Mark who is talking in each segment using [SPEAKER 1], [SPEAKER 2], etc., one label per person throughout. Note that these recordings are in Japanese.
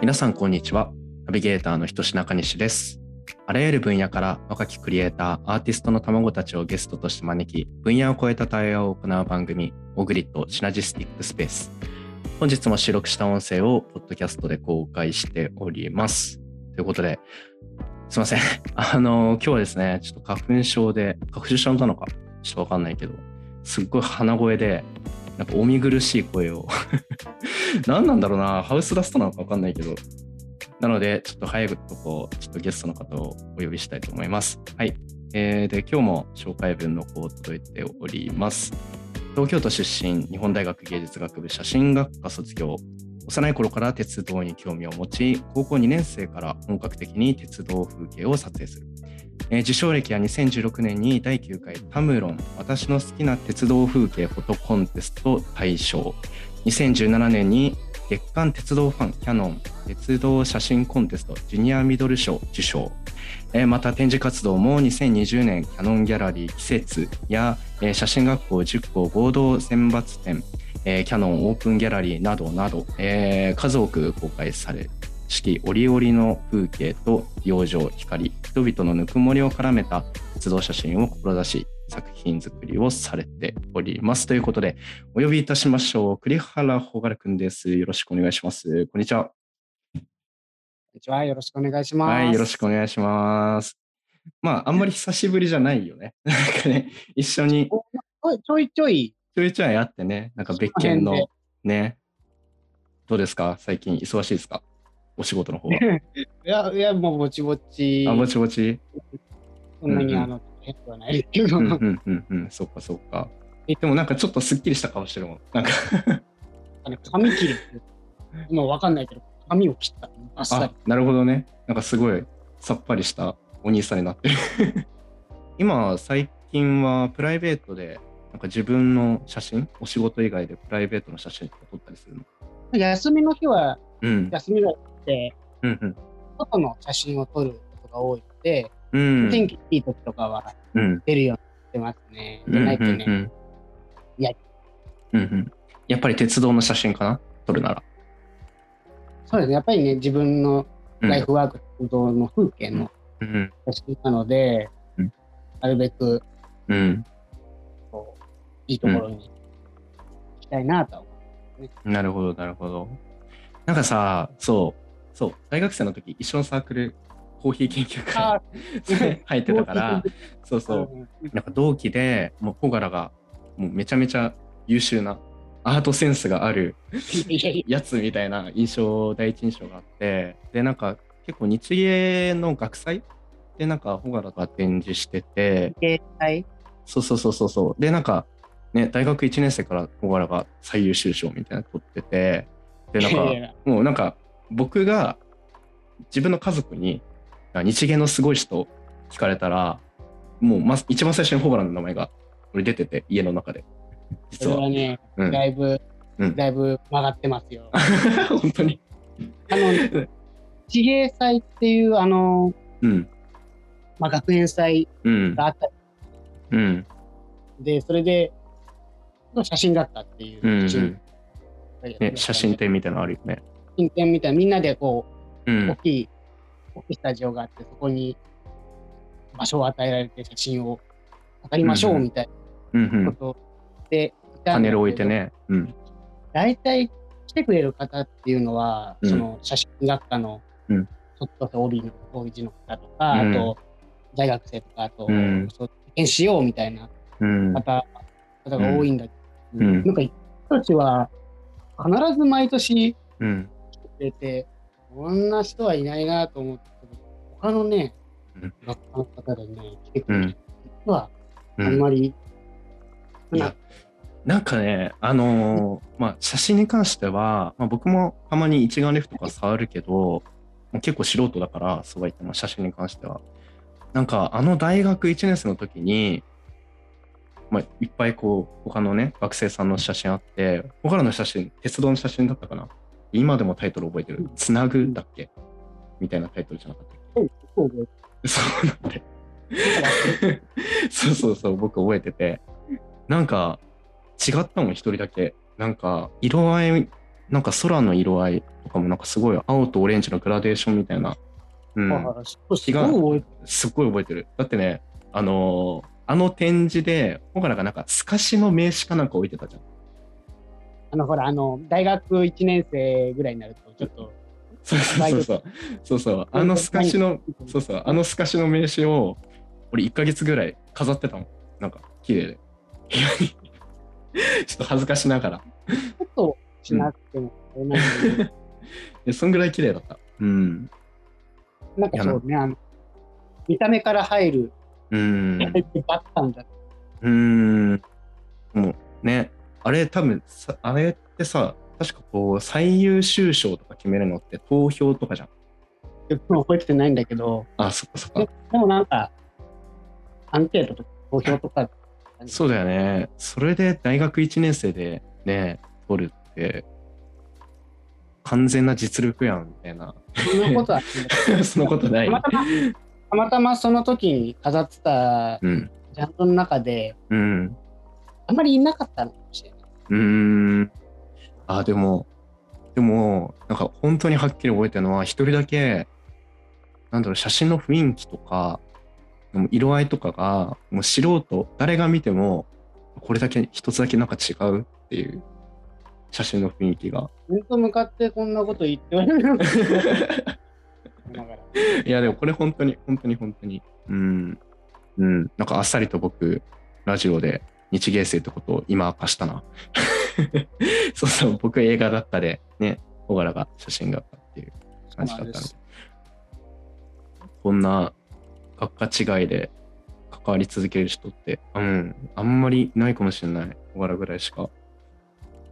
[SPEAKER 1] 皆さんこんにちはナビゲーターの人志中西ですあらゆる分野から若きクリエイターアーティストの卵たちをゲストとして招き分野を超えた対話を行う番組オグリッドシナジスティックスペース本日も収録した音声をポッドキャストで公開しておりますということですいません あの今日はですねちょっと花粉症で花粉症なのかちょっとわかんないけどすっごい鼻声でなんかお見苦しい声を何なんだろうなハウスダストなのか分かんないけどなのでちょっと早くとこちょっとゲストの方をお呼びしたいと思いますはい、えーで今日も紹介文の方届いております東京都出身日本大学芸術学部写真学科卒業幼い頃から鉄道に興味を持ち高校2年生から本格的に鉄道風景を撮影するえー受賞歴は2016年に第9回タムロン私の好きな鉄道風景フォトコンテスト大賞2017年に月間鉄道ファンキャノン鉄道写真コンテストジュニアミドル賞受賞、えーまた展示活動も2020年キャノンギャラリー季節や、えー写真学校10校合同選抜展、えーキャノンオープンギャラリーなどなど、えー数多く公開され四季折々の風景と養生光人々のぬくもりを絡めた鉄道写真を志し作品作りをされておりますということでお呼びいたしましょう栗原ほがるくんですよろしくお願いしますこんにちは
[SPEAKER 2] こんにちは。よろしくお願いします。
[SPEAKER 1] はいよろしくお
[SPEAKER 2] いし
[SPEAKER 1] 願いしますまああんまり久しぶりじゃないよね なんかね一緒に
[SPEAKER 2] ます。ちょいちょい、
[SPEAKER 1] ちょいちょい会ってねなんか別件
[SPEAKER 2] その
[SPEAKER 1] のねどうですか最近忙しいですかお仕事の方は
[SPEAKER 2] いや、いや、もうぼちぼち、
[SPEAKER 1] あぼちぼち
[SPEAKER 2] そんなに、
[SPEAKER 1] うんうん
[SPEAKER 2] あの、変ではないですけど、
[SPEAKER 1] うんうんうんうん、そっかそっか。でもなんかちょっとすっきりした顔してるもん。なんか、
[SPEAKER 2] あの髪切る。今わかんないけど、髪を切った。あっさ
[SPEAKER 1] あ
[SPEAKER 2] り。、
[SPEAKER 1] なるほどね。なんかすごいさっぱりしたお兄さんになってる。 今、最近はプライベートで、なんか自分の写真、お仕事以外でプライベートの写真とか撮ったりするの。
[SPEAKER 2] 休みの日は、
[SPEAKER 1] うん。
[SPEAKER 2] 休みがあって、
[SPEAKER 1] うんうん。
[SPEAKER 2] 外の写真を撮ることが多いので、
[SPEAKER 1] うん。
[SPEAKER 2] 天気いい時とかは
[SPEAKER 1] うん。
[SPEAKER 2] 出るようになってますね。
[SPEAKER 1] うん。う
[SPEAKER 2] で
[SPEAKER 1] ん
[SPEAKER 2] ないとね、
[SPEAKER 1] うん
[SPEAKER 2] いや
[SPEAKER 1] うんうん。やっぱり鉄道の写真かな撮るなら。
[SPEAKER 2] そうですね。やっぱりね、自分の
[SPEAKER 1] うん
[SPEAKER 2] ライフワーク、活動の風景の
[SPEAKER 1] うん。
[SPEAKER 2] 写真なので、
[SPEAKER 1] うん
[SPEAKER 2] なるべく
[SPEAKER 1] うん。
[SPEAKER 2] こういいところに行きたいなとは思う。
[SPEAKER 1] なるほど、なるほど。なんかさ、そう、そう、大学生の時、一緒のサークル、コーヒー研究会 それ入ってたから、そうそう、なんか同期で、もう、小柄が、もうめちゃめちゃ優秀な、アートセンスがある
[SPEAKER 2] いやいや
[SPEAKER 1] やつみたいな印象、第一印象があって、で、なんか、結構日芸の学祭で、なんか、小柄が展示してて、
[SPEAKER 2] 携帯
[SPEAKER 1] そうそうそうそうそう。で、なんか、ね、大学1年生から小柄が最優秀賞みたいなの取ってて、で、なん
[SPEAKER 2] い
[SPEAKER 1] か
[SPEAKER 2] やい、や
[SPEAKER 1] もうなんか、僕が自分の家族に、あ日芸のすごい人聞かれたら、もう、ま、一番最初に小柄の名前が、俺出てて、家の中で。
[SPEAKER 2] そ
[SPEAKER 1] 実
[SPEAKER 2] れ
[SPEAKER 1] は。
[SPEAKER 2] はね、
[SPEAKER 1] うん、
[SPEAKER 2] だいぶ、
[SPEAKER 1] うん
[SPEAKER 2] だいぶ曲がってますよ。
[SPEAKER 1] 本当に。
[SPEAKER 2] あ の、地芸祭っていう、あの、
[SPEAKER 1] うん。
[SPEAKER 2] まあ、学園祭
[SPEAKER 1] うん。
[SPEAKER 2] があったり
[SPEAKER 1] うん。
[SPEAKER 2] で、それで、写真学科っていう、
[SPEAKER 1] うん。う
[SPEAKER 2] 写真
[SPEAKER 1] んね、写真展みたいなのあるよね。
[SPEAKER 2] 写真展みたいな、みんなでこ
[SPEAKER 1] う
[SPEAKER 2] う、大
[SPEAKER 1] ん。
[SPEAKER 2] きい、大きいスタジオがあって、そこに場所を与えられて写真を語りましょうみたい
[SPEAKER 1] うん。う。
[SPEAKER 2] なんことをで、
[SPEAKER 1] パネル置いて。ね。うん。
[SPEAKER 2] 大体来てくれる方っていうのは、
[SPEAKER 1] うん
[SPEAKER 2] その写真学科のち
[SPEAKER 1] うん
[SPEAKER 2] ょっと帯の帯地の方とか、
[SPEAKER 1] うん
[SPEAKER 2] あと大学生とか、あと、
[SPEAKER 1] うん
[SPEAKER 2] そう研修しようみたいな
[SPEAKER 1] うん。
[SPEAKER 2] 方,、方が多いんだけど、
[SPEAKER 1] うん
[SPEAKER 2] なんか一人たちは必ず毎年
[SPEAKER 1] うん。
[SPEAKER 2] 来てくれて、こんな人はいないなと思ってたけど、他のね
[SPEAKER 1] うん、
[SPEAKER 2] 学科の方でね、来てく
[SPEAKER 1] う
[SPEAKER 2] れ
[SPEAKER 1] ん
[SPEAKER 2] る。人は
[SPEAKER 1] う
[SPEAKER 2] あ
[SPEAKER 1] ん
[SPEAKER 2] んまり、
[SPEAKER 1] いやなんかね、あのーまあ、写真に関しては、まあ、僕もたまに一眼レフとか触るけど、もう結構素人だから、そうは言っても写真に関しては。なんか、あの大学1年生の時に、まあ、いっぱいこう、他のね、学生さんの写真あって、僕らの写真、鉄道の写真だったかな。今でもタイトル覚えてる。つなぐだっけみたいなタイトルじゃなかったっ
[SPEAKER 2] そうです
[SPEAKER 1] けそうなんだよそうそうそう、僕覚えてて。なんか、違ったもん、一人だけ。なんか、色合いなんか空の色合いとかもなんかすごい青とオレンジのグラデーションみたいな、う
[SPEAKER 2] だ
[SPEAKER 1] ん、
[SPEAKER 2] からすごい覚えて
[SPEAKER 1] すっごい覚えてる。だってね、あのーあの展示で、僕らがなんか透かしの名刺かなんか置いてたじゃん。
[SPEAKER 2] あのほらあの大学1年生ぐらいになるとちょっと
[SPEAKER 1] そうそうそうそう。そうそう。あの透かしの、そうそう。あの透かしの名刺を、俺1ヶ月ぐらい飾ってたもん。なんか、綺麗で。 部屋にちょっと恥ずかしながら。
[SPEAKER 2] ちょっとしなくても、なんか
[SPEAKER 1] で、そんぐらい綺麗だった。うん。
[SPEAKER 2] なんかそうねあの見た目から入る
[SPEAKER 1] うん。
[SPEAKER 2] やっぱりバッタンだ
[SPEAKER 1] うーん。もうね、あれ多分さ、あれってさ、確かこう、最優秀賞とか決めるのって投票とかじゃん。
[SPEAKER 2] けど覚えてないんだけど
[SPEAKER 1] あ、そっかそっ
[SPEAKER 2] で
[SPEAKER 1] か。
[SPEAKER 2] でもなんかアンケートとか投票とか
[SPEAKER 1] そうだよね。それで大学1年生でね、取るって、完全な実力やん、みたいな。
[SPEAKER 2] そんなことはあるんだけ
[SPEAKER 1] そんなこと
[SPEAKER 2] ど
[SPEAKER 1] ない
[SPEAKER 2] た。またまたまたまその時に飾ってた
[SPEAKER 1] うん。
[SPEAKER 2] ジャンルの中で
[SPEAKER 1] うん。
[SPEAKER 2] あんまりいなかったのかもしれないう
[SPEAKER 1] ーん。あ、でも、でも、なんか本当にはっきり覚えてるのは、一人だけ、なんだろう、写真の雰囲気とか、もう色合いとかが、もう素人、誰が見ても、これだけ、一つだけなんか違うっていう、写真の雰囲気が。
[SPEAKER 2] 面と向かってこんなこと言っておられるのか ながら
[SPEAKER 1] いや、でもこれ本当に、本当に、本当に。うん。うん。なんかあっさりと僕、ラジオで日芸生ってことを今明かしたな。 そうそう、僕映画だったで、ね、小柄が写真があったっていう感じだったので。こんな学科違いで関わり続ける人って、うん、あんまりいないかもしれない。小柄ぐらいしか。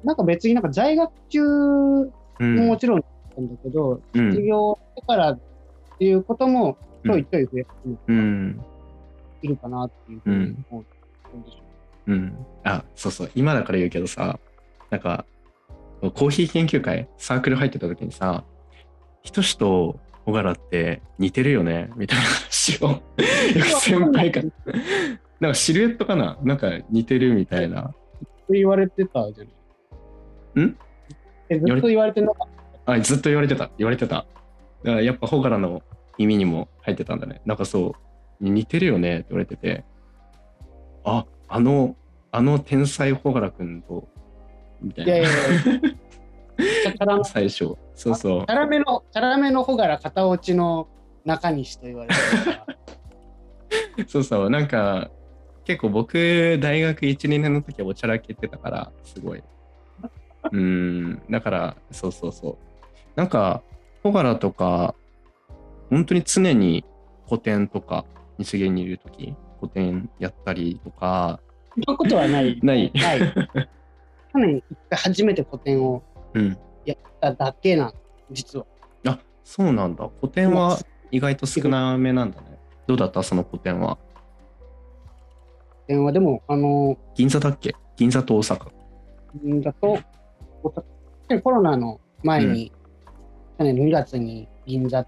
[SPEAKER 2] なんか別になんか在学中も
[SPEAKER 1] うん。
[SPEAKER 2] もちろんなんだけど、
[SPEAKER 1] う
[SPEAKER 2] 授
[SPEAKER 1] ん。
[SPEAKER 2] 業してからっていうこともちょいちょい増えて
[SPEAKER 1] うん。
[SPEAKER 2] いるかなっていうふうに思うんでしょ
[SPEAKER 1] うん。あ、そうそう。今だから言うけどさ、なんか、コーヒー研究会、サークル入ってた時にさ、ひとしと小柄って似てるよねみたいな話を、 よく先輩から、なんかシルエットかななんか似てるみたいな。
[SPEAKER 2] う。言われてたじゃない。
[SPEAKER 1] ん
[SPEAKER 2] えずっと言われてなかっ
[SPEAKER 1] あ、ずっと言われてた。言われてた。だからやっぱ小柄の耳にも入ってたんだね。なんかそう、似てるよねって言われてて、あ、あの、あの天才小柄くんと、みた
[SPEAKER 2] た。
[SPEAKER 1] い
[SPEAKER 2] いやい。
[SPEAKER 1] な
[SPEAKER 2] やいや。チ ャラめチ
[SPEAKER 1] 最初。そうそう。
[SPEAKER 2] ャラめの、チャラめのほがら片落ちの中西と言われてた から。
[SPEAKER 1] そうそう、なんか、結構僕、大学1、2年の時はおちゃらけてたから、すごい。うん、だから、そうそうそう。なんか、小柄とか、本当に常に古典とか、日芸にいる時古典やったりとか、
[SPEAKER 2] そんなことはない。
[SPEAKER 1] ない
[SPEAKER 2] ない。去年一回初めて個展を
[SPEAKER 1] うん。
[SPEAKER 2] やっただけなの、実は。
[SPEAKER 1] あ、そうなんだ。古典は意外と少なめなんだね。どうだったその古典は。
[SPEAKER 2] 個展はでも、あの、
[SPEAKER 1] 銀座だっけ銀座と大阪。
[SPEAKER 2] んだと、コロナの前に、去年の2月に銀座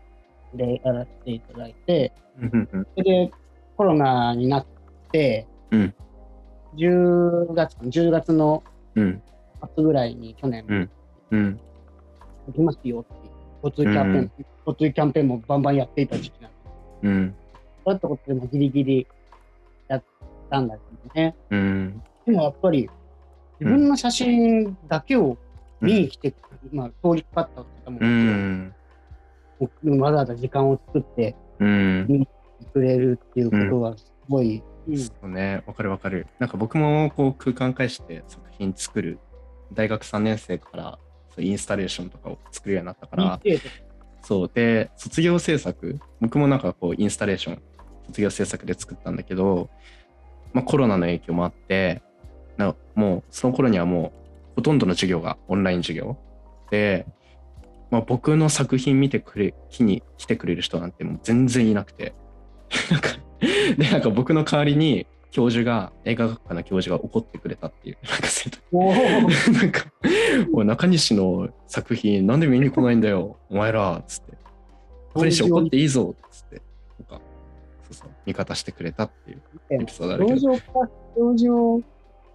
[SPEAKER 2] でやらせていただいて、
[SPEAKER 1] うんうん
[SPEAKER 2] それでコロナになって、
[SPEAKER 1] うん
[SPEAKER 2] 10月かな、10月の
[SPEAKER 1] うん。
[SPEAKER 2] 末ぐらいに去年、
[SPEAKER 1] うんうん。
[SPEAKER 2] できますよっていう、交通キャンペーン、交通キャンペーンもバンバンやっていた時期なので、
[SPEAKER 1] うん。
[SPEAKER 2] そういったことでもギリギリやったんだけどね。
[SPEAKER 1] うん。
[SPEAKER 2] でもやっぱり、自分の写真だけを見に来て、まあ、通りかかった方も、
[SPEAKER 1] うん。
[SPEAKER 2] わざわざ時間を作って
[SPEAKER 1] うん。
[SPEAKER 2] くれるっていうことはすごい、うん
[SPEAKER 1] そうね、わかるわかる。なんか僕もこう空間介して作品作る、大学3年生からそうインスタレーションとかを作るようになったから、
[SPEAKER 2] 見て
[SPEAKER 1] そうで、卒業制作、僕もなんかこうインスタレーション、卒業制作で作ったんだけど、まあ、コロナの影響もあって、なもうその頃にはもうほとんどの授業がオンライン授業で、まあ、僕の作品見てくれ、来に来てくれる人なんてもう全然いなくて、 なんか、で、なんか僕の代わりに教授が、映画学科の教授が怒ってくれたっていう、なんか生徒
[SPEAKER 2] おー
[SPEAKER 1] なんか、おい中西の作品、なんで見に来ないんだよ、お前ら、つって。中西怒っていいぞ、つって。とか、そうそう、味方してくれたっていうエピソードあるけ
[SPEAKER 2] 表
[SPEAKER 1] ど。
[SPEAKER 2] 情か表情を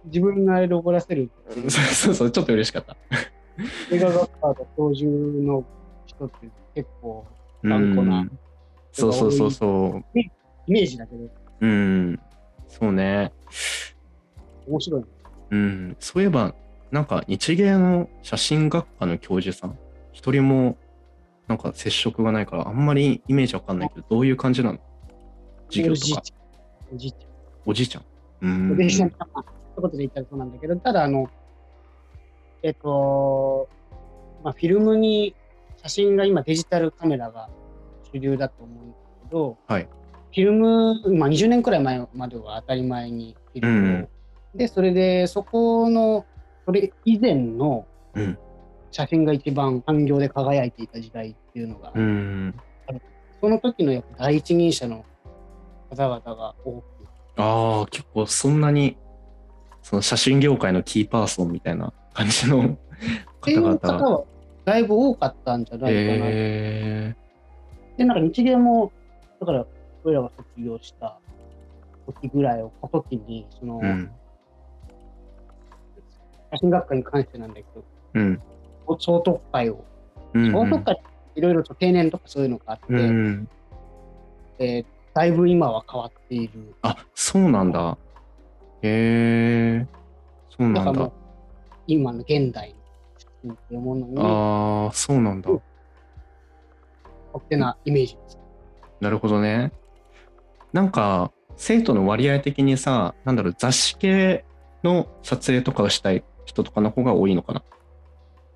[SPEAKER 2] 自分のあれで怒らせる
[SPEAKER 1] そうそうそう、ちょっと嬉しかった。
[SPEAKER 2] 映画学科の教授の人って結構
[SPEAKER 1] う。
[SPEAKER 2] 頑固なん
[SPEAKER 1] そうそうそうそ
[SPEAKER 2] イメージだけど
[SPEAKER 1] う。うん。そうね。
[SPEAKER 2] 面白いの。
[SPEAKER 1] うん。そういえば、なんか日芸の写真学科の教授さん、一人もなんか接触がないから、あんまりイメージわかんないけど、どういう感じなの授業
[SPEAKER 2] おじい
[SPEAKER 1] とか。
[SPEAKER 2] ちゃん。おじいち
[SPEAKER 1] おじいちゃん。う
[SPEAKER 2] ゃん。
[SPEAKER 1] ん。
[SPEAKER 2] で、なんか、まあ一言で言ったらそうなんだけど、ただ、あの、えっと、まあ、フィルムに写真が今デジタルカメラが主流だと思うんだけど、
[SPEAKER 1] はい
[SPEAKER 2] フィルム、まあ、20年くらい前までは当たり前にフィルムを、で、それで、そこの、それ以前の
[SPEAKER 1] うん。
[SPEAKER 2] 写真が一番産業で輝いていた時代っていうのが、
[SPEAKER 1] うん。
[SPEAKER 2] その時のやっぱ第一人者の方々が多く
[SPEAKER 1] ああ、結構そんなに、その写真業界のキーパーソンみたいな感じの
[SPEAKER 2] って
[SPEAKER 1] 方
[SPEAKER 2] いう
[SPEAKER 1] 々
[SPEAKER 2] 方はだいぶ多かったんじゃないかな。
[SPEAKER 1] へ
[SPEAKER 2] で、なんか日芸も、だから、俺らが卒業した時ぐらいを、過渡期に、その、
[SPEAKER 1] え。うん。
[SPEAKER 2] 写真学科に関してなんだけど、
[SPEAKER 1] うん。
[SPEAKER 2] 総特会を、
[SPEAKER 1] うんうん
[SPEAKER 2] 総特会いろいろと定年とかそういうのがあって、
[SPEAKER 1] うん。
[SPEAKER 2] えーだいぶ今は変わっている。
[SPEAKER 1] あ、そうなんだ。へえ。そう
[SPEAKER 2] だか
[SPEAKER 1] な
[SPEAKER 2] ら
[SPEAKER 1] ん
[SPEAKER 2] も
[SPEAKER 1] だ
[SPEAKER 2] う。、今の現代の写真っていうものに、勝
[SPEAKER 1] ああ、そうなんだ。
[SPEAKER 2] 手なイメージです。
[SPEAKER 1] なるほどね。なんか、生徒の割合的にさ、なんだろう、雑誌系の撮影とかをしたい人とかの方が多いのかな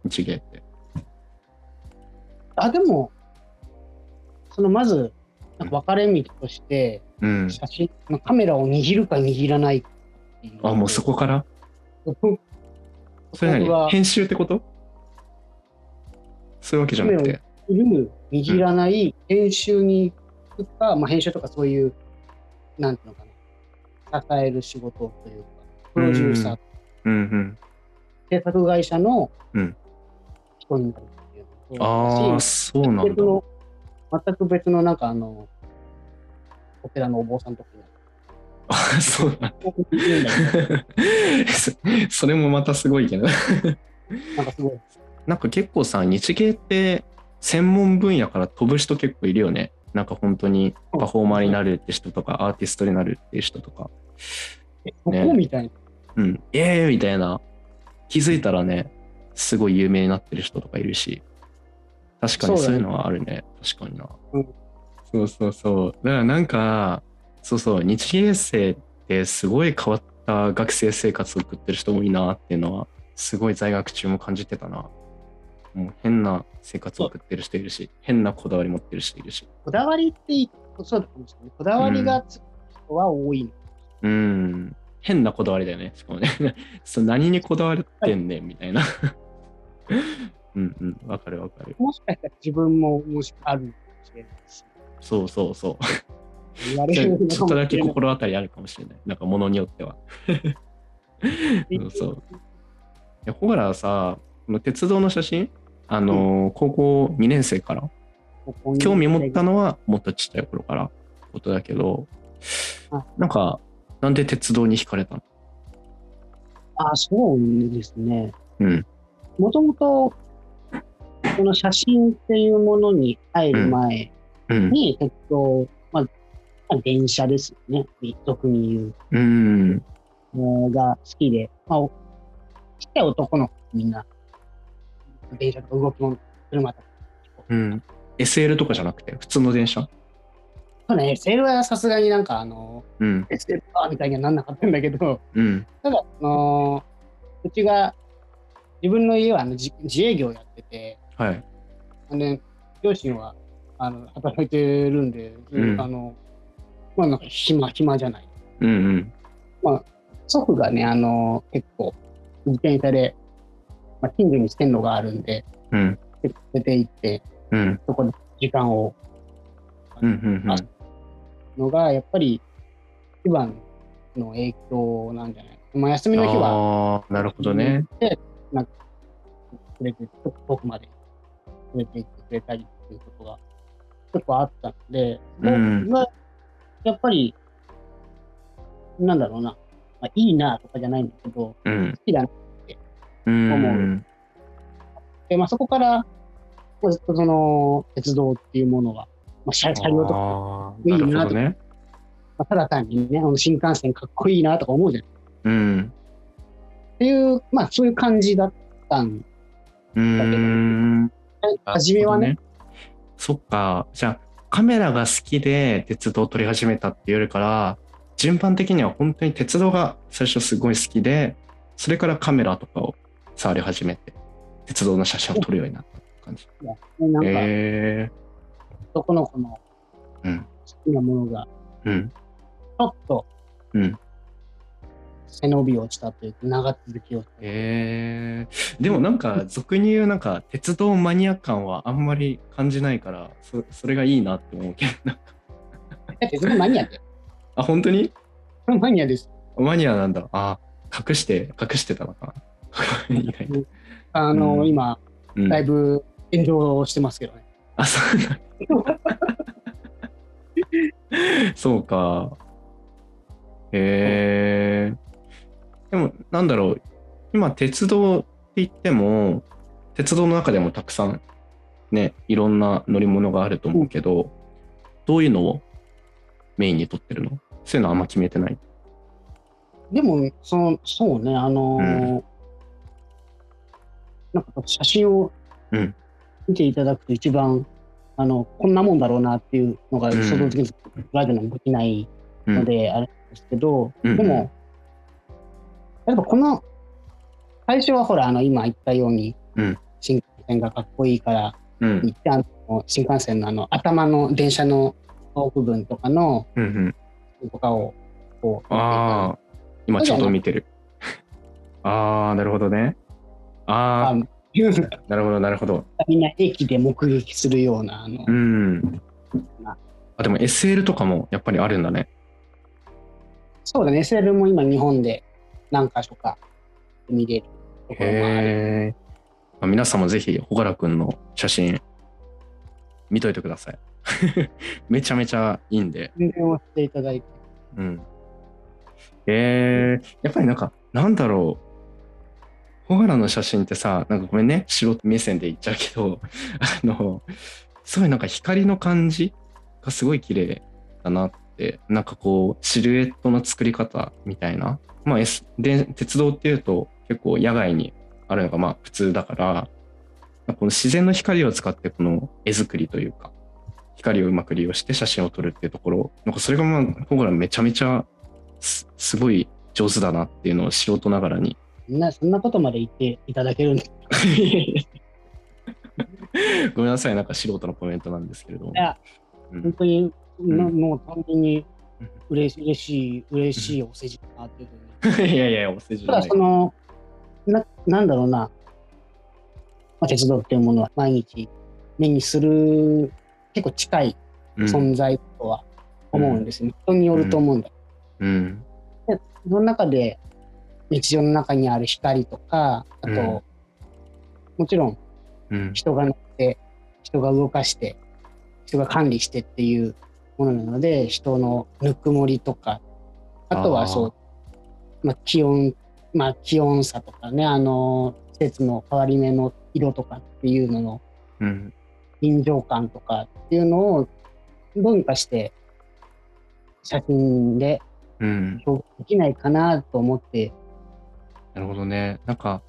[SPEAKER 1] 日芸って。
[SPEAKER 2] あ、でも、そのまず、なんか分かれ道として、
[SPEAKER 1] うん。
[SPEAKER 2] 写真、まあカメラを握るか握らないっていう
[SPEAKER 1] あ、もうそこから
[SPEAKER 2] そこ
[SPEAKER 1] それ
[SPEAKER 2] が
[SPEAKER 1] 何編集ってことそういうわけじゃなくて。
[SPEAKER 2] 握る、握らない、編集に行くか、まあ、編集とかそういう、なんていうのかな、支える仕事というか、プロデューサー、
[SPEAKER 1] うんうん。
[SPEAKER 2] 制作会社の
[SPEAKER 1] うん
[SPEAKER 2] 人になるっていうのと
[SPEAKER 1] ああ、
[SPEAKER 2] し
[SPEAKER 1] そうなん
[SPEAKER 2] 別
[SPEAKER 1] だ。
[SPEAKER 2] の、全く別の、なんかあの、お寺のお坊さんとかになる
[SPEAKER 1] あ そうなんだ。
[SPEAKER 2] いるんだけ
[SPEAKER 1] そ それもまたすごいけど。
[SPEAKER 2] どなんかす ごい。
[SPEAKER 1] なんか結構さ、日芸って専門分野から飛ぶ人結構いるよね。なんか本当にパフォーマーになるって人とか、アーティストになるっていう人とか、
[SPEAKER 2] えそこみたいな。
[SPEAKER 1] うん、ええー、みたいな、気づいたらね、すごい有名になってる人とかいるし、確かに
[SPEAKER 2] そうだ
[SPEAKER 1] そう
[SPEAKER 2] ね
[SPEAKER 1] いうのはあるね。確かにな、
[SPEAKER 2] うん
[SPEAKER 1] そうそうそう。だからなんか、そうそう、日芸生ってすごい変わった学生生活を送ってる人多いなっていうのは、すごい在学中も感じてたな。もう変な生活を送ってる人いるし、変なこだわり持ってる人いるし。
[SPEAKER 2] こだわりっていい、そうだと思うんですけど、こだわりがつく人は多いの
[SPEAKER 1] うん。変なこだわりだよね。しかもね。 そう何にこだわってんねんみたいな。 うんうん。わかるわかる。
[SPEAKER 2] もしかしたら自分ももしあるのかもしれないし、
[SPEAKER 1] そうそうそう。
[SPEAKER 2] 言われ
[SPEAKER 1] ち
[SPEAKER 2] るのかもしれない
[SPEAKER 1] ょっとだけ心当たりあるかもしれない。なんか物によ っては。うんそう。いや、ほらさ、この鉄道の写真、あのー高校2年生から、
[SPEAKER 2] ここに
[SPEAKER 1] 興味持ったのはもっとちっちゃい頃からことだけど
[SPEAKER 2] あ、
[SPEAKER 1] なんか、なんで鉄道に惹かれたの
[SPEAKER 2] あ、そうですね。
[SPEAKER 1] うん。
[SPEAKER 2] もともと、この写真っていうものに入る前
[SPEAKER 1] うん。
[SPEAKER 2] に、鉄道、まあ、まあ電車ですよね。俗に言
[SPEAKER 1] うん。
[SPEAKER 2] うのが好きで、まあ、おちっちゃい男の子みんな、電車とか動きも車とか。
[SPEAKER 1] うん。SL とかじゃなくて、普通の電車
[SPEAKER 2] そうね、SL はさすがになんかあの、
[SPEAKER 1] うん。
[SPEAKER 2] SL かみたいにはなんなかったんだけど、
[SPEAKER 1] うん。
[SPEAKER 2] ただ、あのーうちが、自分の家はあのじ自営業やってて、
[SPEAKER 1] はい。
[SPEAKER 2] で両親はあの働いてるんで、
[SPEAKER 1] うん
[SPEAKER 2] あのまあなんか暇、暇じゃない。
[SPEAKER 1] うんうん。
[SPEAKER 2] 祖父がね、あの結構、自転車で、まあ、近所に線路があるんで、
[SPEAKER 1] うん。
[SPEAKER 2] 出て行って、
[SPEAKER 1] うん。
[SPEAKER 2] そこで時間を、
[SPEAKER 1] うん。うん。うん
[SPEAKER 2] あのが、やっぱり、一番の影響なんじゃないまあ、休みの日は、
[SPEAKER 1] ああ、なるほどね。
[SPEAKER 2] 連れて、遠くまで連れて行ってくれたりっていうことが結構あったので、
[SPEAKER 1] うん
[SPEAKER 2] 僕はやっぱり、なんだろうな、まあ、いいなとかじゃないんだけど、
[SPEAKER 1] うん。
[SPEAKER 2] 好きだな、
[SPEAKER 1] うん。
[SPEAKER 2] 思、まあ、そこから、まあずっとその鉄道っていうものが、まあ、車車両とか、
[SPEAKER 1] あ
[SPEAKER 2] いいなと
[SPEAKER 1] ーなる
[SPEAKER 2] か
[SPEAKER 1] ほどね。
[SPEAKER 2] まあ、ただ単にね、あの新幹線かっこいいなとか思うじゃん。っ
[SPEAKER 1] うん。
[SPEAKER 2] ていう、まあ、そういう感じだったんで、
[SPEAKER 1] うーん。
[SPEAKER 2] 初めはね、
[SPEAKER 1] なるほどね。そっか。じゃあ、カメラが好きで鉄道を撮り始めたっていうよりから、順番的には本当に鉄道が最初すごい好きで、それからカメラとかを触り始めて、鉄道の写真を撮るようになったって感じ。
[SPEAKER 2] なんか
[SPEAKER 1] へえ
[SPEAKER 2] 男の子の
[SPEAKER 1] うん
[SPEAKER 2] 好きなものが、
[SPEAKER 1] うん。
[SPEAKER 2] ちょっと
[SPEAKER 1] うん。
[SPEAKER 2] 背伸びをしたというか、長続きをした。
[SPEAKER 1] えー、でもなんか俗に言うなんか鉄道マニア感はあんまり感じないからそそれがいいなって思うけど なんか
[SPEAKER 2] だって、それマニアで。
[SPEAKER 1] あ本当に
[SPEAKER 2] それマニアです。
[SPEAKER 1] マニアなんだあ隠して隠してたのかな 意外に
[SPEAKER 2] あの、
[SPEAKER 1] うん
[SPEAKER 2] 今、
[SPEAKER 1] うん
[SPEAKER 2] だいぶ炎上してますけどね。
[SPEAKER 1] あそうなんだ そうかへえでもなんだろう今鉄道って言っても鉄道の中でもたくさんねいろんな乗り物があると思うけど、どういうのをメインに撮ってるのそういうのはあんま決めてない
[SPEAKER 2] でも、その、そうね、あのーなんか写真を
[SPEAKER 1] うん
[SPEAKER 2] 見ていただくと一番、あの、こんなもんだろうなっていうのが
[SPEAKER 1] うん
[SPEAKER 2] 想像できる、ライブなんでできない
[SPEAKER 1] うん
[SPEAKER 2] ので、あれですけど、
[SPEAKER 1] うん
[SPEAKER 2] でも、やっぱこの、最初はほら、あの、今言ったように、
[SPEAKER 1] うん
[SPEAKER 2] 新幹線がかっこいいから、
[SPEAKER 1] うん
[SPEAKER 2] 一旦、新幹線のあの、頭の電車の部分とかの、
[SPEAKER 1] うんうん
[SPEAKER 2] とかを、こう、
[SPEAKER 1] ああ今ちょうど見てるああなるほどねああ
[SPEAKER 2] あいうの
[SPEAKER 1] なるほどなるほど
[SPEAKER 2] みんな駅で目撃するような、あの、
[SPEAKER 1] うん
[SPEAKER 2] な。
[SPEAKER 1] あでも SL とかもやっぱりあるんだね。
[SPEAKER 2] そうだね、SL も今日本で何箇所か見れるところもある。
[SPEAKER 1] へえ。まあ皆さんもぜひ、ほがらくんの写真、見といてください。 めちゃめちゃいいんで。
[SPEAKER 2] 運転をしていただいて。
[SPEAKER 1] うん。えー、やっぱりなんか、なんだろう。ほがらの写真ってさ、なんかごめんね、素人目線で言っちゃうけど、 あの、すごいなんか光の感じがすごい綺麗だなって、なんかこう、シルエットの作り方みたいな。まあ、S、で鉄道っていうと結構野外にあるのがまあ普通だから、この自然の光を使ってこの絵作りというか、光をうまく利用して写真を撮るっていうところ、なんかそれがまあ、僕らめちゃめちゃすすごい上手だなっていうのを素人ながらに。
[SPEAKER 2] そんな、そんなことまで言っていただけるんです。
[SPEAKER 1] ごめんなさい、なんか素人のコメントなんですけれども。
[SPEAKER 2] いや
[SPEAKER 1] う
[SPEAKER 2] 本
[SPEAKER 1] ん、
[SPEAKER 2] 当に、
[SPEAKER 1] ん
[SPEAKER 2] もうもう単純に嬉しい、嬉しい、嬉しいお世辞だなっていうふうに。
[SPEAKER 1] いやいや、お世辞じ
[SPEAKER 2] ただ、
[SPEAKER 1] ゃない
[SPEAKER 2] そ。の、な、なんだろうな、まあ、鉄道っていうものは毎日目にする、結構近い存在とは思うんですね。人によると思うんだ
[SPEAKER 1] うん。
[SPEAKER 2] その中で日常の中にある光とかあと、
[SPEAKER 1] うん
[SPEAKER 2] もちろん
[SPEAKER 1] うん。
[SPEAKER 2] 人が乗って人が動かして人が管理してっていうものなので人のぬくもりとかあと
[SPEAKER 1] あー
[SPEAKER 2] はそうまあ、気温まあ気温差とかねあの季節の変わり目の色とかっていうのの
[SPEAKER 1] うん。
[SPEAKER 2] 臨場感とかっていうのを文化して写真で
[SPEAKER 1] うん。
[SPEAKER 2] 表現できないかなと思って
[SPEAKER 1] なるほどね。なんか、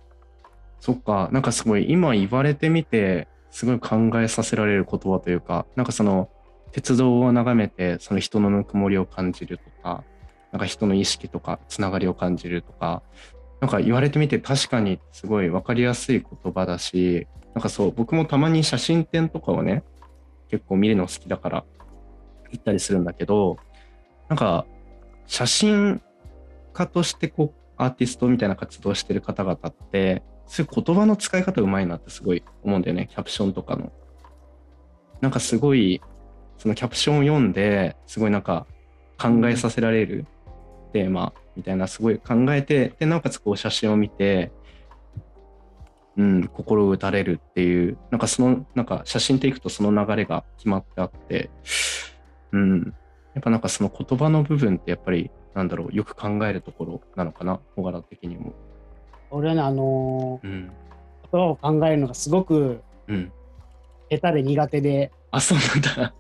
[SPEAKER 1] そっか、なんかすごい今言われてみて、すごい考えさせられる言葉というか、なんかその、鉄道を眺めて、その人のぬくもりを感じるとか、なんか人の意識とか、つながりを感じるとか、なんか言われてみて確かにすごい分かりやすい言葉だし、なんかそう、僕もたまに写真展とかをね、結構見るの好きだから行ったりするんだけど、なんか写真家としてこうアーティストみたいな活動をしてる方々ってそういう言葉の使い方うまいなってすごい思うんだよねキャプションとかの。なんかすごいそのキャプションを読んですごいなんか考えさせられるテーマみたいなすごい考えてでなおかつこう写真を見てうん心を打たれるっていうなんかそのなんか写真でいくとその流れが決まってあってうんやっぱなんかその言葉の部分ってやっぱりなんだろうよく考えるところなのかな小柄的にも。
[SPEAKER 2] 俺はね、あの
[SPEAKER 1] うん。
[SPEAKER 2] ーことを考えるのがすごく
[SPEAKER 1] うん。
[SPEAKER 2] 下手で苦手で、
[SPEAKER 1] あ、そうなんだ。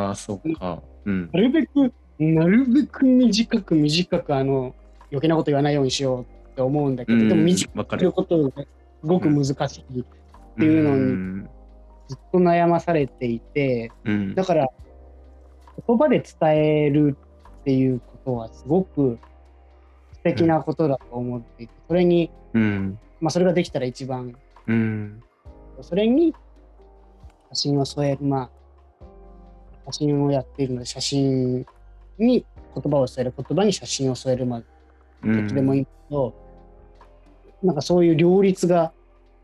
[SPEAKER 1] ああ、そっか。うん。
[SPEAKER 2] なるべく、なるべく短く短く、あの、余計なこと言わないようにしようって思うんだけど、でも短く
[SPEAKER 1] うんわか
[SPEAKER 2] する
[SPEAKER 1] る。
[SPEAKER 2] ことがすごく難しい、ていうのに
[SPEAKER 1] うん
[SPEAKER 2] ずっと悩まされていて、
[SPEAKER 1] うん。
[SPEAKER 2] だから、言葉で伝えるっていうことはすごく素敵なことだと思っていて、それに、
[SPEAKER 1] うん。
[SPEAKER 2] まあ、それができたら一番、
[SPEAKER 1] うん。
[SPEAKER 2] それに写真を添える、まあ、写真をやっているので、写真に言葉を添える、言葉に写真を添えるまで、
[SPEAKER 1] う
[SPEAKER 2] どっ
[SPEAKER 1] ん
[SPEAKER 2] ちでもいいけど、なんかそういう両立が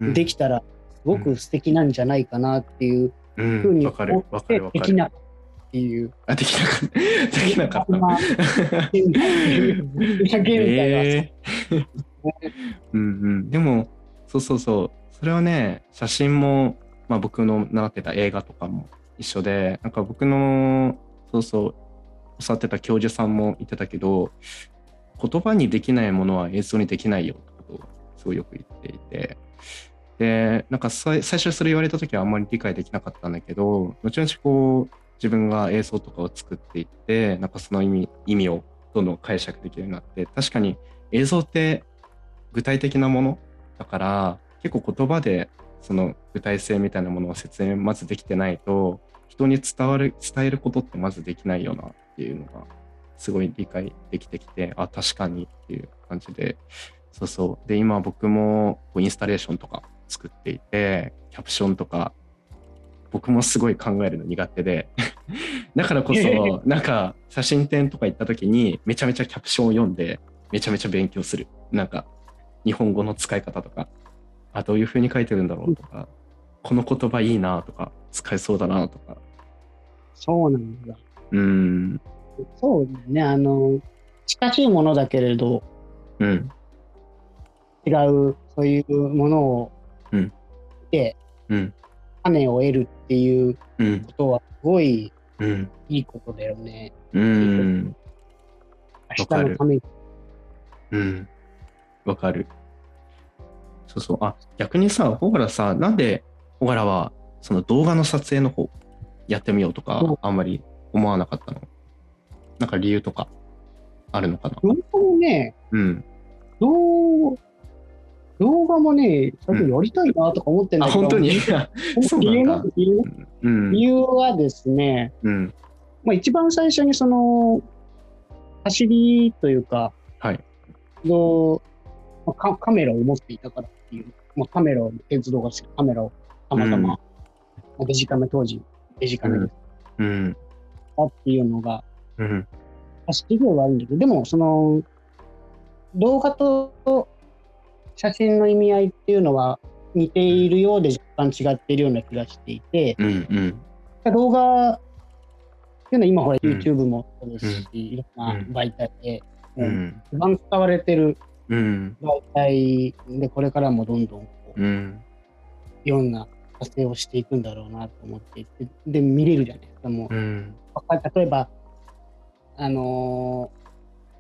[SPEAKER 2] できたら、すごく素敵なんじゃないかなっていう
[SPEAKER 1] う。
[SPEAKER 2] ふうんに
[SPEAKER 1] わかる
[SPEAKER 2] 思。
[SPEAKER 1] わ
[SPEAKER 2] っ
[SPEAKER 1] か
[SPEAKER 2] て
[SPEAKER 1] る。わか
[SPEAKER 2] できな
[SPEAKER 1] る。
[SPEAKER 2] かったっていう。
[SPEAKER 1] あ、できなかった。できなかった。
[SPEAKER 2] まあ現代っていう現代は、
[SPEAKER 1] えー うんうん、でもそうそうそうそれはね写真も、まあ、僕の習ってた映画とかも一緒でなんか僕のそうそう教わってた教授さんも言ってたけど言葉にできないものは映像にできないよってことをすごいよく言っていてでなんかさい最初それ言われた時はあんまり理解できなかったんだけど後々こう自分が映像とかを作っていってなんかその意味意味をどんどん解釈できるようになって確かに映像って具体的なものだから結構言葉でその具体性みたいなものを説明まずできてないと人に伝わる伝えることってまずできないよなっていうのがすごい理解できてきてあ確かにっていう感じでそうそうで今僕もこうインスタレーションとか作っていてキャプションとか僕もすごい考えるの苦手で だからこそなんか写真展とか行った時にめちゃめちゃキャプションを読んでめちゃめちゃ勉強するなんか日本語の使い方とかあどういう風に書いてるんだろうとか、この言葉いいなとか使えそうだなとか
[SPEAKER 2] そうなんだ。
[SPEAKER 1] うん
[SPEAKER 2] そうだよね。あの、近しいものだけれど、
[SPEAKER 1] うん
[SPEAKER 2] 違う、そういうものを
[SPEAKER 1] うん
[SPEAKER 2] 見て、
[SPEAKER 1] うん
[SPEAKER 2] 種を得るっていう
[SPEAKER 1] うん
[SPEAKER 2] ことは、すごい
[SPEAKER 1] うん
[SPEAKER 2] いいことだよね。
[SPEAKER 1] うん
[SPEAKER 2] 明
[SPEAKER 1] わか
[SPEAKER 2] 日
[SPEAKER 1] る
[SPEAKER 2] のために。
[SPEAKER 1] うんわかるそうそうあ逆にさ小原さなんで小原はその動画の撮影の方やってみようとか
[SPEAKER 2] うん
[SPEAKER 1] あんまり思わなかったのなんか理由とかあるのかな
[SPEAKER 2] 本当もね、
[SPEAKER 1] うん
[SPEAKER 2] 動動画もね、最近やりたいなとか思ってんだ
[SPEAKER 1] あ
[SPEAKER 2] けど、
[SPEAKER 1] 本当 にそう
[SPEAKER 2] 理由
[SPEAKER 1] な
[SPEAKER 2] なん
[SPEAKER 1] んだ
[SPEAKER 2] です理由なんです
[SPEAKER 1] うん
[SPEAKER 2] 理由はですね、
[SPEAKER 1] うん
[SPEAKER 2] まあ、一番最初にその走りというか、
[SPEAKER 1] はい
[SPEAKER 2] のまあカカメラを持っていたからっていう、まあ、カメラを、鉄道が好き、カメラをたまた
[SPEAKER 1] うん
[SPEAKER 2] ま、まあデジカメ当時、デジカメだっ
[SPEAKER 1] うん
[SPEAKER 2] たっていうのが、
[SPEAKER 1] うん
[SPEAKER 2] 走りではあるんだけど、でもその動画と写真の意味合いっていうのは似ているようで若干違っているような気がしていて、
[SPEAKER 1] うんうん
[SPEAKER 2] 動画っていうのは今ほら
[SPEAKER 1] うん
[SPEAKER 2] YouTube もそうですし、いろん
[SPEAKER 1] うん
[SPEAKER 2] な媒体で、
[SPEAKER 1] う
[SPEAKER 2] もうん一番使われてる
[SPEAKER 1] うん
[SPEAKER 2] 媒体でこれからもどんどんこう
[SPEAKER 1] うん
[SPEAKER 2] いろんな活性をしていくんだろうなと思っていてで見れるじゃないですかもう
[SPEAKER 1] うん
[SPEAKER 2] わか例えばあのー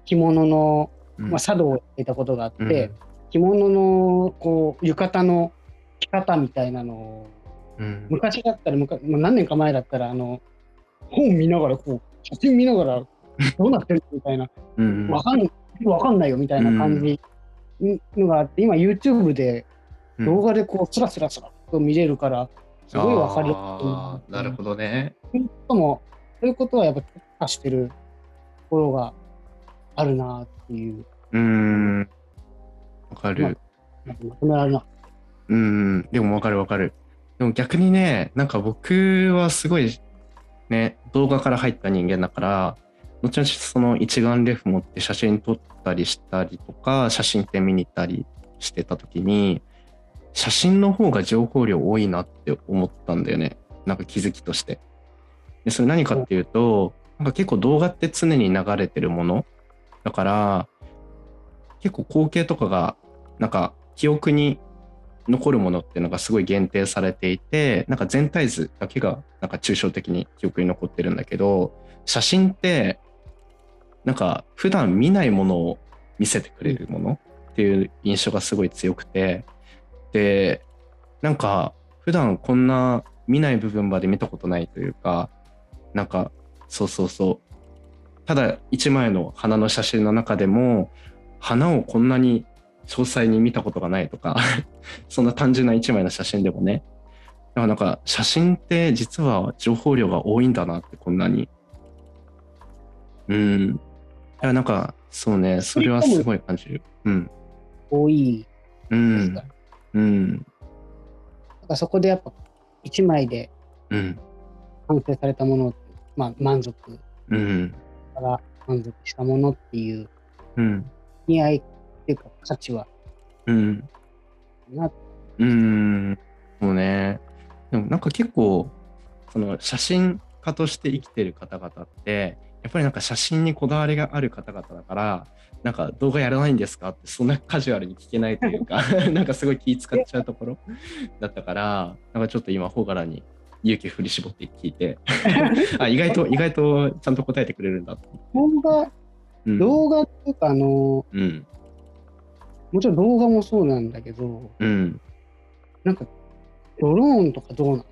[SPEAKER 2] 着物の、
[SPEAKER 1] うん
[SPEAKER 2] まあ、茶道をやっていたことがあって、
[SPEAKER 1] うん
[SPEAKER 2] 着物のこう浴衣の着方みたいなのを
[SPEAKER 1] うん
[SPEAKER 2] 昔だったら昔、まあ、何年か前だったらあの本見ながらこう写真見ながらどうなってるみたいな
[SPEAKER 1] うん
[SPEAKER 2] わかんわかんないよみたいな感じのがあって、今 YouTube で
[SPEAKER 1] うん
[SPEAKER 2] 動画でこうスラスラスラと見れるから、すごいわかりやすい。
[SPEAKER 1] あーなるほどね。
[SPEAKER 2] そういうことも、そういうことはやっぱ特化してるところがあるなっていう、
[SPEAKER 1] うーん。わかる。
[SPEAKER 2] なんかまとめられなかっ
[SPEAKER 1] うん。でもわかるわかる。でも逆にね、なんか僕はすごい、ね、動画から入った人間だから、後々その一眼レフ持って写真撮ったりしたりとか、写真って見に行ったりしてた時に、写真の方が情報量多いなって思ったんだよね。なんか気づきとして。で、それ何かっていうと、なんか結構動画って常に流れてるものだから、結構光景とかが、なんか記憶に残るものっていうのがすごい限定されていて、なんか全体図だけがなんか抽象的に記憶に残ってるんだけど、写真って、なんか普段見ないものを見せてくれるものっていう印象がすごい強くてでなんか普段こんな見ない部分まで見たことないというかなんかそうそうそうただ1枚の花の写真の中でも花をこんなに詳細に見たことがないとか そんな単純な1枚の写真でもねだからなんか写真って実は情報量が多いんだなってこんなにうんいやなんかそうねそれはすごい感じるうん
[SPEAKER 2] 多い
[SPEAKER 1] うん
[SPEAKER 2] です
[SPEAKER 1] ん
[SPEAKER 2] から、
[SPEAKER 1] うん
[SPEAKER 2] だからそこでやっぱ一枚で
[SPEAKER 1] うん
[SPEAKER 2] 完成されたもの、まあ、満足
[SPEAKER 1] うん
[SPEAKER 2] から満足したものっていう
[SPEAKER 1] うん
[SPEAKER 2] 意味合いっていうか価値は
[SPEAKER 1] うん
[SPEAKER 2] なって
[SPEAKER 1] うーん、そうね。でもなんか結構、その写真家として生きてる方々って、やっぱりなんか写真にこだわりがある方々だから、なんか動画やらないんですかってそんなカジュアルに聞けないというか、なんかすごい気使っちゃうところだったから、なんかちょっと今、ほがらに勇気振り絞って聞いて、あ、意外と、意外とちゃんと答えてくれるんだと思って。
[SPEAKER 2] 動画
[SPEAKER 1] うん、
[SPEAKER 2] 動画っていうかあの
[SPEAKER 1] うん、
[SPEAKER 2] もちろん動画もそうなんだけど
[SPEAKER 1] うん。
[SPEAKER 2] なんかドローンとかどうなの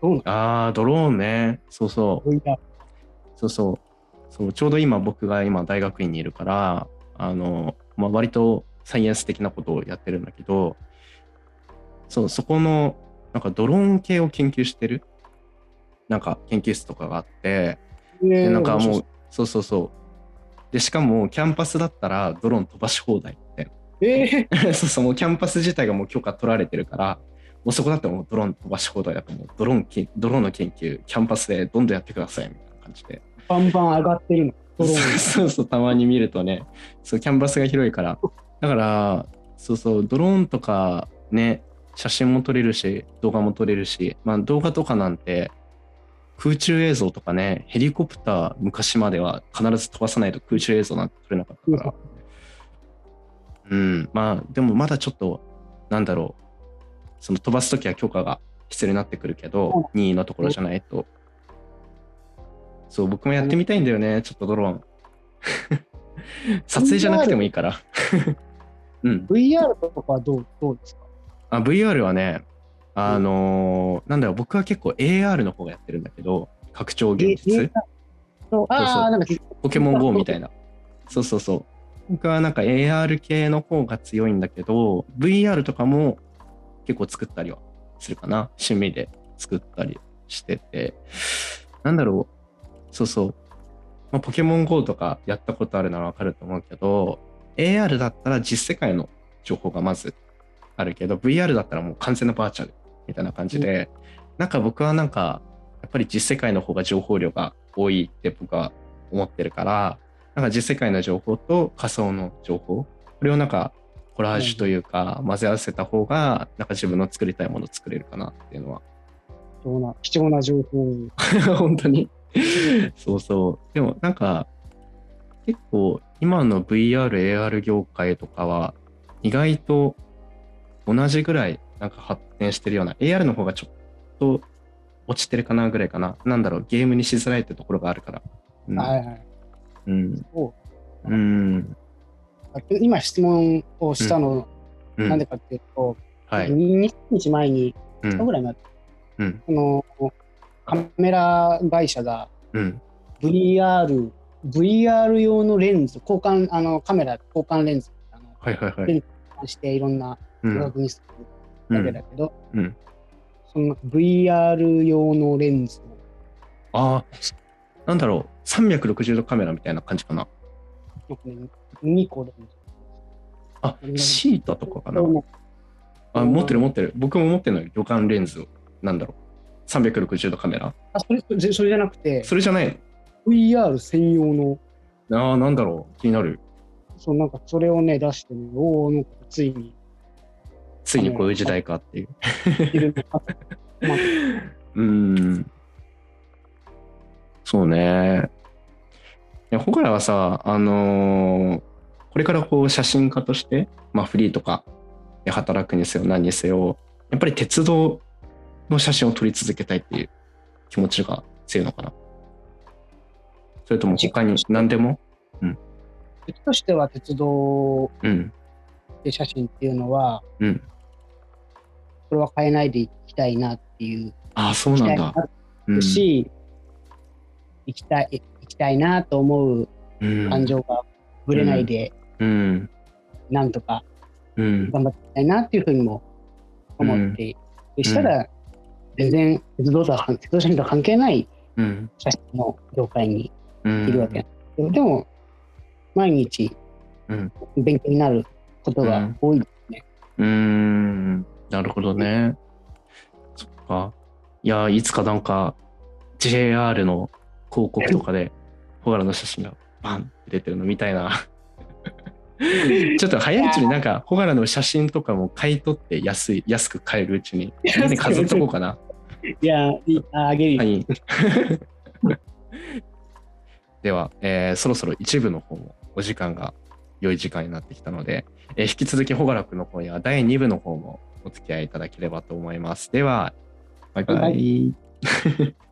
[SPEAKER 2] どうなの
[SPEAKER 1] ああ、ドローンね。そうそう。
[SPEAKER 2] こういった
[SPEAKER 1] そうそうそうちょうど今僕が今大学院にいるからあの、まあ、割とサイエンス的なことをやってるんだけどそうそこのなんかドローン系を研究してるなんか研究室とかがあってでなんかもうそうそうそうでしかもキャンパスだったらドローン飛ばし放題って
[SPEAKER 2] う え
[SPEAKER 1] そうそう、もうキャンパス自体がもう許可取られてるから、もうそこだってもうドローン飛ばし放題だと、もうドローンき、ドローンの研究、キャンパスでどんどんやってくださいみたいな感じで。
[SPEAKER 2] ー、バンバン上がってるのドロ
[SPEAKER 1] そう
[SPEAKER 2] ーン
[SPEAKER 1] そうそう、たまに見るとね、そう、キャンバスが広いから。だから、そうそう、ドローンとかね、写真も撮れるし、動画も撮れるし、まあ動画とかなんて、空中映像とかね、ヘリコプター昔までは必ず飛ばさないと空中映像なんて撮れなかったから。うん、まあでもまだちょっと、なんだろう、その飛ばすときは許可が必要になってくるけど、任意のところじゃないと。そう、僕もやってみたいんだよね、ちょっとドローン。 撮影じゃなくてもいいから。うん。
[SPEAKER 2] VR とかはどうどうですか
[SPEAKER 1] あ、VR はね、あのーなんだろう、僕は結構 AR の方がやってるんだけど、拡張現
[SPEAKER 2] え
[SPEAKER 1] 実
[SPEAKER 2] VR、とああなんか
[SPEAKER 1] ポケモン GO みたいな。そうそうそう。僕はなんか AR 系の方が強いんだけど、VR とかも結構作ったりはするかな。趣味で作ったりしてて。なんだろう。そうそう。まあ、ポケモン GO とかやったことあるならわかると思うけど、AR だったら実世界の情報がまずあるけど、VR だったらもう完全なバーチャルみたいな感じで、なんか僕はなんか、やっぱり実世界の方が情報量が多いって僕は思ってるから、なんか実世界の情報と仮想の情報、これをなんかコラージュというか、混ぜ合わせた方が、なんか自分の作りたいものを作れるかなっていうのは
[SPEAKER 2] 貴重な貴重な情報を
[SPEAKER 1] 本当に。そうそう。でもなんか、結構今の VR、AR 業界とかは、意外と同じぐらいなんか発展してるような、AR の方がちょっと落ちてるかなぐらいかな。なんだろう、ゲームにしづらいってところがあるから。うん、
[SPEAKER 2] はいはい
[SPEAKER 1] うん。
[SPEAKER 2] そ
[SPEAKER 1] うん。
[SPEAKER 2] 今質問をしたの
[SPEAKER 1] う
[SPEAKER 2] なんでかっていうと、
[SPEAKER 1] はい。
[SPEAKER 2] 2日前に
[SPEAKER 1] う
[SPEAKER 2] 2日
[SPEAKER 1] ん
[SPEAKER 2] ぐらい前、
[SPEAKER 1] うん。
[SPEAKER 2] そのカメラ会社が
[SPEAKER 1] うん。
[SPEAKER 2] VR VR 用のレンズ交換あのカメラ交換レンズあの
[SPEAKER 1] はいはいは
[SPEAKER 2] で
[SPEAKER 1] い。
[SPEAKER 2] していろんな
[SPEAKER 1] う
[SPEAKER 2] 科
[SPEAKER 1] ん。
[SPEAKER 2] 学にする
[SPEAKER 1] う
[SPEAKER 2] わけ
[SPEAKER 1] ん、
[SPEAKER 2] だけど、
[SPEAKER 1] うん
[SPEAKER 2] その VR 用のレンズを
[SPEAKER 1] ああ、なんだろう、360度カメラみたいな感じかな。
[SPEAKER 2] よくね2個レンズ
[SPEAKER 1] あ
[SPEAKER 2] う、ん
[SPEAKER 1] シータとかかな。
[SPEAKER 2] も
[SPEAKER 1] あ持ってる持ってる。僕も持ってるのよ。魚眼レンズを。なんだろう。360度カメラ。
[SPEAKER 2] あそれそれそれじゃなくて
[SPEAKER 1] それじゃない。
[SPEAKER 2] VR 専用の
[SPEAKER 1] ああ、なんだろう。気になる。
[SPEAKER 2] そうなんかそれをね出してねおおなんかついに
[SPEAKER 1] ついにこういう時代かっていう。
[SPEAKER 2] いる のかまあ
[SPEAKER 1] うーん。そうね。いや、ほがらはさ、あのーこれからこう写真家として、まあフリーとかで働くにせよ何にせよ、やっぱり鉄道の写真を撮り続けたいっていう気持ちが強いのかな。それとも他に何でも
[SPEAKER 2] うちとしては鉄道
[SPEAKER 1] うん。
[SPEAKER 2] 景写真っていうのは、
[SPEAKER 1] うん。
[SPEAKER 2] これは変えないでいきたいなっていう、
[SPEAKER 1] ああ、そうなんだ。う
[SPEAKER 2] 行きたいなんるし、行きたい、行きたいなと思う
[SPEAKER 1] うん
[SPEAKER 2] 感情がぶれないで、
[SPEAKER 1] うん。
[SPEAKER 2] なんとか
[SPEAKER 1] うん。
[SPEAKER 2] 頑張っていきたいなっていうふうにも思って、でしたら、全然鉄道とは関、鉄道写真とは関係ない
[SPEAKER 1] うん。
[SPEAKER 2] 写真の業界に
[SPEAKER 1] うん。
[SPEAKER 2] いるわけなんですけど、でも、毎日
[SPEAKER 1] うん
[SPEAKER 2] 勉強になることが多い。
[SPEAKER 1] うーん、なるほどね。そっか。いや、いつかなんか JR の広告とかで、ホガラの写真がバンって出てるのみたいな。ちょっと早いうちになんか、ホガラの写真とかも買い取って安い、安く買えるうちに、家に飾っとこうかな。
[SPEAKER 2] いや、いいああげるよ。
[SPEAKER 1] はい。 では、えーそろそろ一部の方もお時間が良い時間になってきたので、えー引き続き朗らくの方には第2部の方もお付き合いいただければと思います。では、バイバイ。
[SPEAKER 2] バイ